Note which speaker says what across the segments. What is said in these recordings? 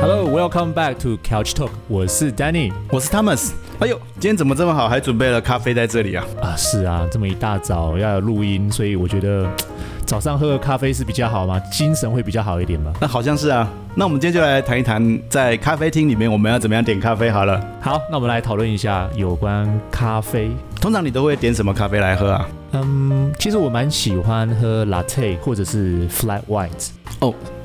Speaker 1: Welcome back to Couch Talk，我是 Danny
Speaker 2: 我是 Thomas。哎呦，今天怎么这么好，还准备了咖啡在这里啊？
Speaker 1: 啊，是啊，这么一大早要录音，所以我觉得早上喝个咖啡是比较好嘛，精神会比较好一点吧。
Speaker 2: 那好像是啊。那我们今天就来谈一谈，在咖啡厅里面我们要怎么样点咖啡好了。
Speaker 1: 好，那我们来讨论一下有关咖啡。
Speaker 2: 通常你都会点什么咖啡来喝啊？
Speaker 1: 嗯，其实我蛮喜欢喝 latte 或者是 flat white。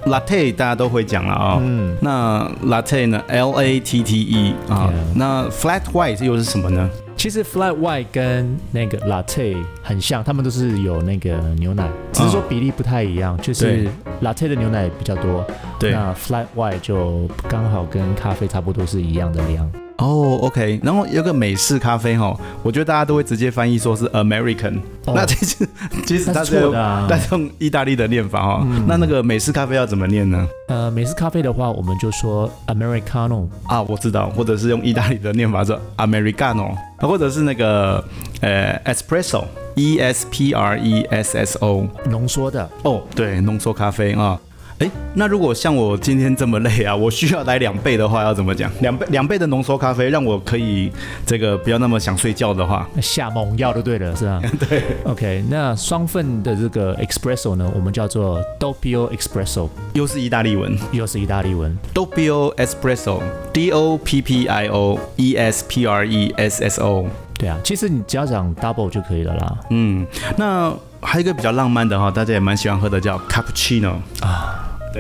Speaker 2: latte 大家都会讲了啊、哦。
Speaker 1: 嗯，
Speaker 2: 那 latte 呢？L A T T E 啊
Speaker 1: Yeah
Speaker 2: 那 flat white 又是什么呢？
Speaker 1: 其实 flat white 跟那个 latte 很像，他们都是有那个牛奶，只是说比例不太一样，就是
Speaker 2: 嗯对
Speaker 1: latte 的牛奶比较多，
Speaker 2: 对，
Speaker 1: 那 flat white 就刚好跟咖啡差不多是一样的量。
Speaker 2: 哦、o k 然后有个美式咖啡哈、哦，我觉得大家都会直接翻译说是 American，、
Speaker 1: 哦
Speaker 2: 那其实其实
Speaker 1: 那
Speaker 2: 它
Speaker 1: 是错
Speaker 2: 是
Speaker 1: 的、啊
Speaker 2: 但。是用意大利的念法哈、哦
Speaker 1: 嗯
Speaker 2: 那那个美式咖啡要怎么念呢？
Speaker 1: 呃，美式咖啡的话，我们就说 Americano。
Speaker 2: 啊，我知道，或者是用意大利的念法是 Americano，或啊者是那个呃 Espresso，E S P R E S S O。
Speaker 1: 浓缩的，
Speaker 2: 哦，对，浓缩咖啡啊。哎，那如果像我今天这么累啊，我需要来两倍的话，要怎么讲？两倍两倍的浓缩咖啡，让我可以这个不要那么想睡觉的话，
Speaker 1: 下猛药就对了，是 吧？对。OK，那双份的这个 espresso 呢，我们叫做 doppio espresso，
Speaker 2: 又是意大利文
Speaker 1: 又是意大利文。
Speaker 2: ，Doppio Espresso，D O P P I O E S P R E S S O。
Speaker 1: 对啊，其实你只要讲 double 就可以了啦。
Speaker 2: 嗯，那还有一个比较浪漫的哈，大家也蛮喜欢喝的，叫 Cappuccino。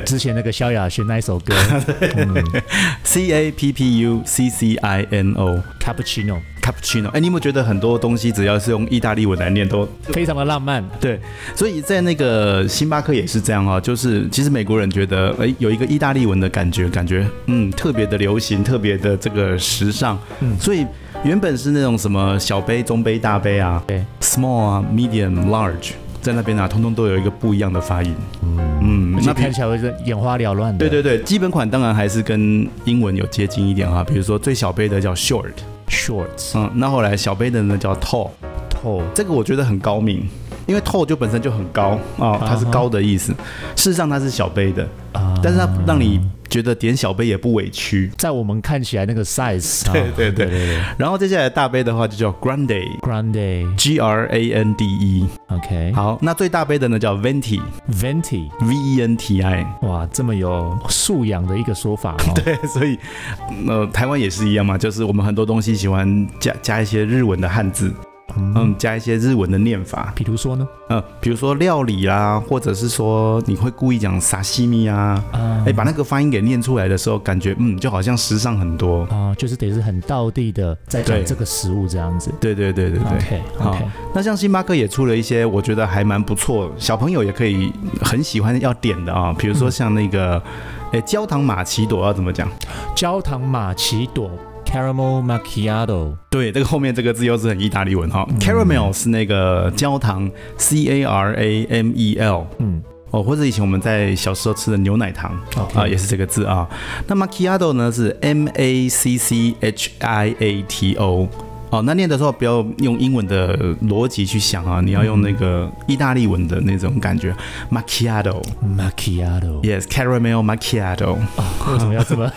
Speaker 1: 之前那个萧亚轩那一首歌
Speaker 2: C A P P U C C I N O
Speaker 1: cappuccino，
Speaker 2: cappuccino。哎，你有没有觉得很多东西只要是用意大利文来念都
Speaker 1: 非常的浪漫。
Speaker 2: 对？所以在那个星巴克也是这样哦，就是其实美国人觉得哎有一个意大利文的感觉，感觉嗯特别的流行，特别的这个时尚。
Speaker 1: 嗯
Speaker 2: 所以原本是那种什么小杯、中杯、大杯啊
Speaker 1: 对，
Speaker 2: ，small 啊、medium、large，在那边啊，通通都有一个不一样的发音。
Speaker 1: 嗯，
Speaker 2: 嗯
Speaker 1: 而，且
Speaker 2: 那比
Speaker 1: 看起来会是眼花缭乱的。
Speaker 2: 对对对，基本款当然还是跟英文有接近一点啊哈、比如说最小杯的叫 short。
Speaker 1: ，shorts、
Speaker 2: 嗯，那后来小杯的呢叫 tall，
Speaker 1: tall，
Speaker 2: 这个我觉得很高明，因为 tall 就本身就很高啊、它是
Speaker 1: 啊哈
Speaker 2: 高的意思。事实上它是小杯的，
Speaker 1: 啊
Speaker 2: 但是它让你觉得点小杯也不委屈。
Speaker 1: 在我们看起来那个 size，啊
Speaker 2: 对对对
Speaker 1: 对对
Speaker 2: 然后接下来大杯的话就叫 grande。
Speaker 1: ，grande，OK，、
Speaker 2: G R A N D E，好，那最大杯的呢叫 Venti，V
Speaker 1: venti，
Speaker 2: E N T I，
Speaker 1: 哇，这么有素养的一个说法哦。对，
Speaker 2: 所以，呃，台湾也是一样嘛，就是我们很多东西喜欢加加一些日文的汉字，
Speaker 1: 嗯，
Speaker 2: 嗯，加一些日文的念法，
Speaker 1: 比如说呢，
Speaker 2: 呃，比如说料理啦、或者是说你会故意讲沙西米啊，
Speaker 1: 啊
Speaker 2: 哎、把那个发音给念出来的时候，感觉嗯，就好像时尚很多。
Speaker 1: 啊，就是得是很道地的在讲
Speaker 2: 对
Speaker 1: 这个食物这样子。
Speaker 2: 对对对对对。
Speaker 1: OK OK，
Speaker 2: 那像星巴克也出了一些，我觉得还蛮不错，小朋友也可以很喜欢要点的啊、比如说像那个，哎、焦糖玛奇朵要怎么讲？
Speaker 1: 焦糖玛奇朵 （Caramel Macchiato）。
Speaker 2: 对，这个后面这个字又是很意大利文哈、Caramel 是那个焦糖，C A R A M E L。
Speaker 1: 嗯，
Speaker 2: 哦，或者以前我们在小时候吃的牛奶糖啊
Speaker 1: OK
Speaker 2: 也是这个字啊。那 macchiato 呢是 M A C C H I A T O。哦，那念的时候不要用英文的逻辑去想啊，你要用那个意大利文的那种感觉。Macchiato，yes，caramel
Speaker 1: Macchiato。哦
Speaker 2: macchiato。
Speaker 1: 为什么要这么？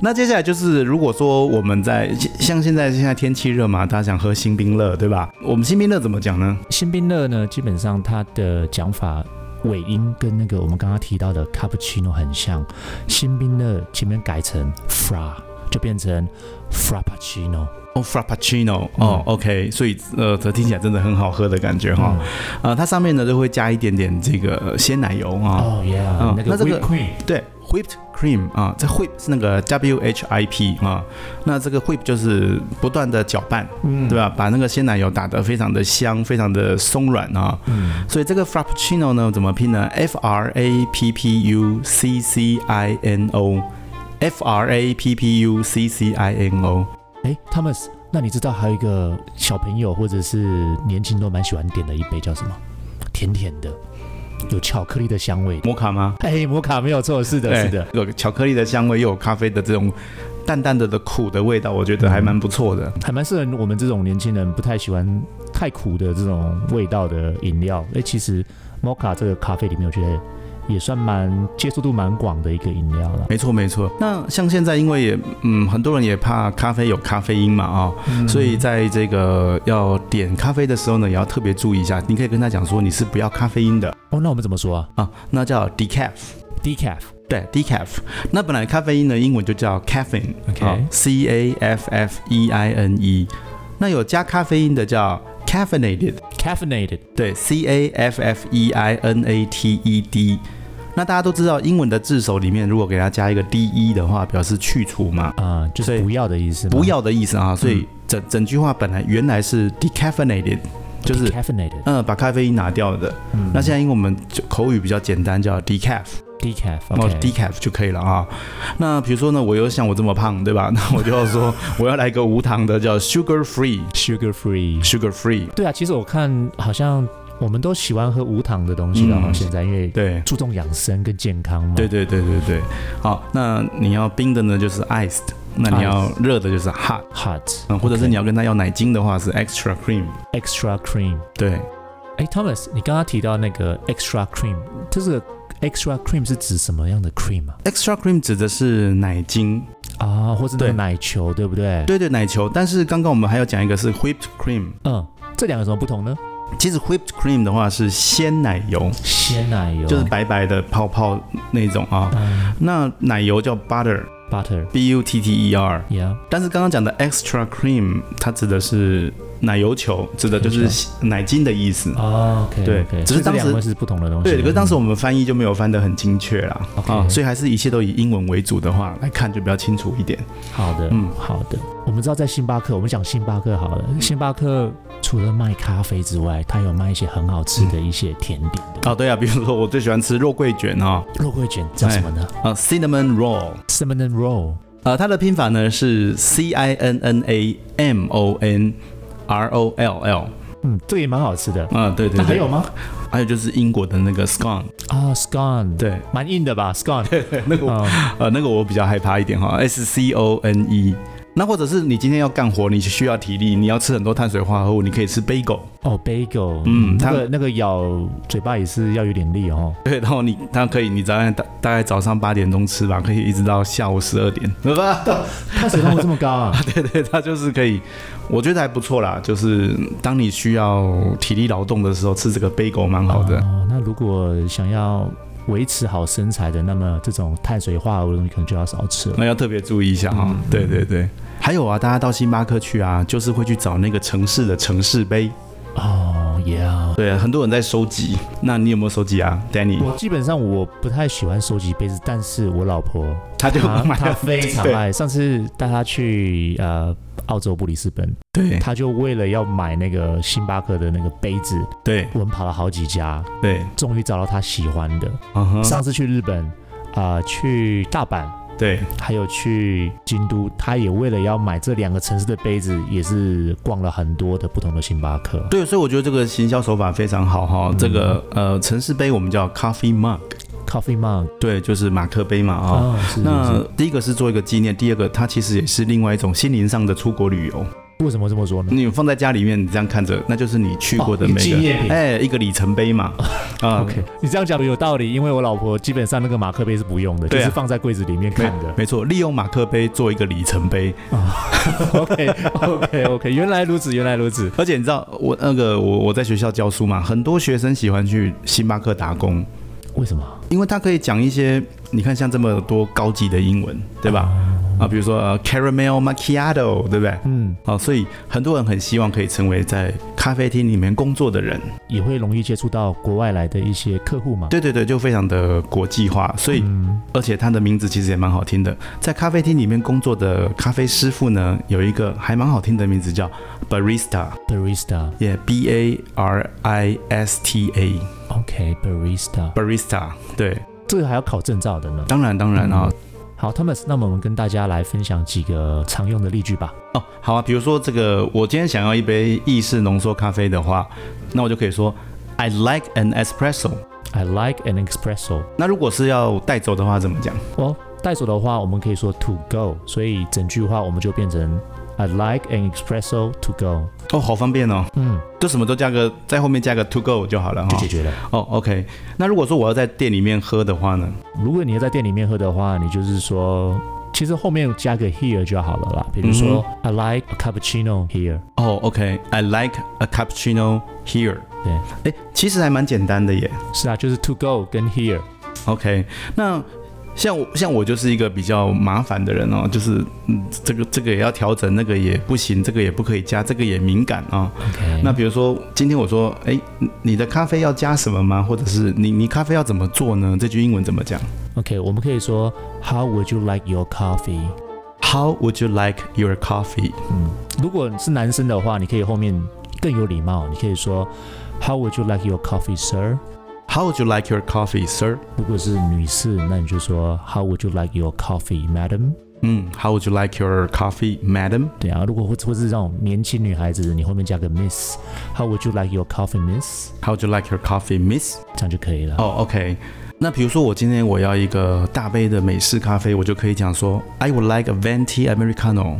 Speaker 2: 那接下来就是，如果说我们在像现在现在天气热嘛，大家想喝新冰乐，对吧？我们新冰乐怎么讲呢？
Speaker 1: 新冰乐呢，基本上它的讲法尾音跟那个我们刚刚提到的 cappuccino 很像，新冰乐前面改成 fra 就变成 frappuccino。
Speaker 2: 哦、f r a p p u c c i n o 哦、o k 所以呃，这听起来真的很好喝的感觉哈、
Speaker 1: 嗯
Speaker 2: 呃，它上面呢都会加一点点这个鲜奶油啊、
Speaker 1: 哦，yeah，
Speaker 2: 嗯
Speaker 1: 那个
Speaker 2: 那这
Speaker 1: whipped
Speaker 2: 个
Speaker 1: cream。
Speaker 2: 对，whipped cream 啊、这 whip 是那个 W H I P 啊、那这个 whip 就是不断的搅拌，
Speaker 1: 嗯
Speaker 2: 对吧？把那个鲜奶油打得非常的香，非常的松软啊、
Speaker 1: 嗯
Speaker 2: 所以这个 frappuccino 呢怎么拼呢？F R A P P U C C I N O。F R A P P U C C I N O，
Speaker 1: 哎，Thomas，那你知道还有一个小朋友或者是年轻人都蛮喜欢点的一杯叫什么？甜甜的，有巧克力的香味。
Speaker 2: 摩卡吗？
Speaker 1: 哎，摩卡没有错，是的，
Speaker 2: 嗯对，
Speaker 1: 是的。，
Speaker 2: 有巧克力的香味，又有咖啡的这种淡淡的的苦的味道，我觉得还蛮不错的。
Speaker 1: 还蛮适合我们这种年轻人不太喜欢太苦的这种味道的饮料。哎、其实 Mocha 这个咖啡里面，我觉得也算蛮接触度蛮广的一个饮料了。
Speaker 2: 没错没错。那像现在，因为也嗯，很多人也怕咖啡有咖啡因嘛啊、哦
Speaker 1: 嗯
Speaker 2: 所以在这个要点咖啡的时候呢，也要特别注意一下。你可以跟他讲说你是不要咖啡因的
Speaker 1: 哦，那我们怎么说啊
Speaker 2: 啊，那叫 decaf。
Speaker 1: ？decaf。
Speaker 2: 对，decaf。那本来咖啡因的英文就叫 caffeine，
Speaker 1: OK
Speaker 2: 啊 c a f f e i n e。那有加咖啡因的叫 caffeinated，
Speaker 1: Caffeinated，
Speaker 2: 对，c a f f e i n a t e d。那大家都知道，英文的字首里面如果给它加一个 d e 的话，表示去除嘛，
Speaker 1: 啊、就
Speaker 2: 所
Speaker 1: 是
Speaker 2: 以
Speaker 1: 不要的意思吗。
Speaker 2: 不要的意思啊。所以整整句话本来原来是 decaffeinated，就是。
Speaker 1: caffeinated，
Speaker 2: 嗯，把咖啡因拿掉的。
Speaker 1: 嗯
Speaker 2: 那现在因为我们就口语比较简单，叫 decaf。哦
Speaker 1: decaf，OK，、
Speaker 2: decaf 就可以了啊。那比如说呢，我又像我这么胖，对吧？ 那我就要说我要来个无糖的，叫 sugar free。
Speaker 1: sugar free。
Speaker 2: sugar free，
Speaker 1: 对啊，其实我看好像我们都喜欢喝无糖的东西了哈、
Speaker 2: 嗯
Speaker 1: 现在因为
Speaker 2: 对。
Speaker 1: 注重养生跟健康嘛。
Speaker 2: 对对对对对，好，那你要冰的呢就是 iced，那你要热的就是 hot，
Speaker 1: ，hot，
Speaker 2: 嗯，或者是
Speaker 1: OK
Speaker 2: 你要跟他要奶精的话是 extra cream，
Speaker 1: extra cream。
Speaker 2: 对，
Speaker 1: 哎，Thomas，你刚刚提到那个 extra cream，这个 extra cream 是指什么样的 cream 啊？
Speaker 2: extra cream 指的是奶精，
Speaker 1: 啊，或是那个
Speaker 2: 对
Speaker 1: 奶球，对不对？，
Speaker 2: 对对奶球，但是刚刚我们还要讲一个是 whipped cream，
Speaker 1: 嗯，这两个有什么不同呢？
Speaker 2: 其实 whipped cream 的话是鲜奶
Speaker 1: 啊
Speaker 2: 油，
Speaker 1: 鲜奶油
Speaker 2: 就是白白的泡泡那种啊，
Speaker 1: 嗯
Speaker 2: 那奶油叫 butter，
Speaker 1: butter，yeah。
Speaker 2: B U T T E R。但是刚刚讲的 extra cream，它指的是奶油球，指的就是
Speaker 1: 奶油
Speaker 2: 奶精的意思。
Speaker 1: 哦，OK，
Speaker 2: 对
Speaker 1: OK，
Speaker 2: 只
Speaker 1: 所以
Speaker 2: 是
Speaker 1: 这
Speaker 2: 当时
Speaker 1: 两个是不同的东西。
Speaker 2: 对，可是当时我们翻译就没有翻得很精确啦
Speaker 1: OK
Speaker 2: 啊，所以还是一切都以英文为主的话来看就比较清楚一点。
Speaker 1: 好的，
Speaker 2: 嗯
Speaker 1: 好的。我们知道在星巴克，我们讲星巴克好了。星巴克除了卖咖啡之外，它有卖一些很好吃的一些甜点的。
Speaker 2: 哦，对啊，比如说我最喜欢吃肉桂卷啊、
Speaker 1: 肉桂卷叫什么呢
Speaker 2: 啊，cinnamon roll，
Speaker 1: ？cinnamon roll。
Speaker 2: 呃，它的拼法呢是 C I N N A M O N R O L L，
Speaker 1: 嗯，这个也蛮好吃的。
Speaker 2: 啊，对对
Speaker 1: 那
Speaker 2: 对，
Speaker 1: 还有？吗？
Speaker 2: 还有就是英国的那个 scone，
Speaker 1: 啊，scone，
Speaker 2: 对，
Speaker 1: 蛮硬的吧？scone，
Speaker 2: 那个我
Speaker 1: 嗯
Speaker 2: 呃，那个我比较害怕一点哈，S C O N E。那或者是你今天要干活，你需要体力，你要吃很多碳水化合物，你可以吃 bagel，
Speaker 1: 哦，bagel，
Speaker 2: 嗯
Speaker 1: 那
Speaker 2: 它
Speaker 1: 个那个咬嘴巴也是要有点力哦。
Speaker 2: 对，然后你它可以，你大概大大概早上八点钟吃吧，可以一直到下午十二点， 对吧？
Speaker 1: 碳水化合物这么高 啊？
Speaker 2: 对对，它就是可以，我觉得还不错啦。就是当你需要体力劳动的时候，吃这个 bagel 蛮好的。
Speaker 1: 哦，那如果想要维持好身材的，那么这种碳水化合物的东西可能就要少吃了。
Speaker 2: 那要特别注意一下哈、
Speaker 1: 嗯
Speaker 2: 对对对，还有啊，大家到星巴克去啊，就是会去找那个城市的城市杯。
Speaker 1: 哦，yeah。
Speaker 2: 对，啊很多人在收集。那你有没有收集啊，Danny？
Speaker 1: 我基本上我不太喜欢收集杯子，但是我老婆
Speaker 2: 他 就
Speaker 1: 她
Speaker 2: 买
Speaker 1: 她
Speaker 2: 了。
Speaker 1: 非常
Speaker 2: 对
Speaker 1: 爱。上次带她去呃澳洲布里斯本，
Speaker 2: 对
Speaker 1: 她就为了要买那个星巴克的那个杯子，
Speaker 2: 对
Speaker 1: 我们跑了好几家，
Speaker 2: 对，
Speaker 1: 终于找到她喜欢的。
Speaker 2: 嗯哼，
Speaker 1: 上次去日本啊、呃去大阪，
Speaker 2: 对
Speaker 1: 还有去京都，她也为了要买这两个城市的杯子，也是逛了很多的不同的星巴克。
Speaker 2: 对，所以我觉得这个行销手法非常好哈、这个呃，城市杯我们叫 coffee mug，
Speaker 1: Coffee Mug
Speaker 2: 对，就是马克杯嘛啊、
Speaker 1: 啊、是是
Speaker 2: 那
Speaker 1: 是
Speaker 2: 第一个是做一个纪念，第二个它其实也是另外一种心灵上的出国旅游。
Speaker 1: 为什么这么说呢？
Speaker 2: 你放在家里面，你这样看着，那就是你去过的
Speaker 1: 哦一
Speaker 2: 每
Speaker 1: 个纪念
Speaker 2: 个，
Speaker 1: 品
Speaker 2: 哎、一个里程碑 嘛。啊
Speaker 1: OK，你这样讲有道理，因为我老婆基本上那个马克杯是不用的，就
Speaker 2: 对啊啊
Speaker 1: 是放在柜子里面看 的。
Speaker 2: 没错，利用马克杯做一个里程碑，
Speaker 1: OK OK OK，原来如此，原来如此。
Speaker 2: 而且你知道我那个我我在学校教书嘛，很多学生喜欢去星巴克打工，
Speaker 1: 为什么？
Speaker 2: 因为他可以讲一些，你看像这么多高级的英文，对吧？啊，比如说、呃、caramel macchiato，对不对？
Speaker 1: 嗯，
Speaker 2: 啊，所以很多人很希望可以成为在咖啡厅里面工作的人，
Speaker 1: 也会容易接触到国外来的一些客户嘛。
Speaker 2: 对对对，就非常的国际化。所以，
Speaker 1: 嗯，
Speaker 2: 而且他的名字其实也蛮好听的，在咖啡厅里面工作的咖啡师傅呢，有一个还蛮好听的名字叫 barista，
Speaker 1: ，barista。
Speaker 2: 也、b a r i s t a，barista，
Speaker 1: OK，barista，、
Speaker 2: 对，
Speaker 1: 这个还要考证照的呢。
Speaker 2: 当然当然啊、
Speaker 1: 好，Thomas，那么我们跟大家来分享几个常用的例句吧。
Speaker 2: 哦，好啊，比如说这个，我今天想要一杯意式浓缩咖啡的话，那我就可以说 I like an espresso。
Speaker 1: I like an espresso。
Speaker 2: 那如果是要带走的话，怎么讲？
Speaker 1: 哦，带走的话，我们可以说 to go，所以整句话我们就变成 I'd like an espresso to go。
Speaker 2: 哦，好方便哦，
Speaker 1: 嗯，
Speaker 2: 就什么都加个在后面加个 to go 就好了
Speaker 1: 就
Speaker 2: 哈、
Speaker 1: 解决了。
Speaker 2: 哦，OK，那如果说我要在店里面喝的话呢？
Speaker 1: 如果你要在店里面喝的话，你就是说，其实后面加个 here 就好了啦。比如说、i like a cappuccino here。
Speaker 2: 哦，OK，I like a cappuccino here。
Speaker 1: 对
Speaker 2: 哎，其实还蛮简单的耶。
Speaker 1: 是啊，就是 to go 跟 here。
Speaker 2: OK，那像我像我就是一个比较麻烦的人哦，就是嗯，这个这个也要调整，那个也不行，这个也不可以加，这个也敏感啊、
Speaker 1: OK，
Speaker 2: 那比如说今天我说，哎，你的咖啡要加什么吗？或者是你你咖啡要怎么做呢？这句英文怎么讲
Speaker 1: OK，我们可以说 How would you like your coffee？
Speaker 2: ？How would you like your coffee？
Speaker 1: 嗯，如果是男生的话，你可以后面更有礼貌，你可以说 How would you like your coffee, sir？
Speaker 2: How would you like your coffee, sir?
Speaker 1: 如果是女士，那你就说 How would you like your coffee, madam？
Speaker 2: 嗯，How would you like your coffee, madam?
Speaker 1: 对啊，如果或或是这种年轻女孩子，你后面加个 miss，How would you like your coffee, miss？
Speaker 2: How would you like your coffee, miss?
Speaker 1: 这样就可以了。
Speaker 2: 哦、o k 那比如说我今天我要一个大杯的美式咖啡，我就可以讲说，I would like a venti americano。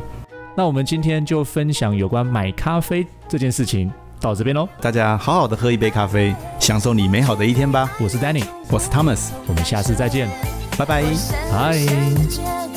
Speaker 1: 那我们今天就分享有关买咖啡这件事情到这边喽。
Speaker 2: 大家好好的喝一杯咖啡，享受你美好的一天吧。
Speaker 1: 我是 Danny，
Speaker 2: 我是 Thomas，
Speaker 1: 我们下次再见。
Speaker 2: 拜拜。
Speaker 1: 嗨
Speaker 3: 嗨。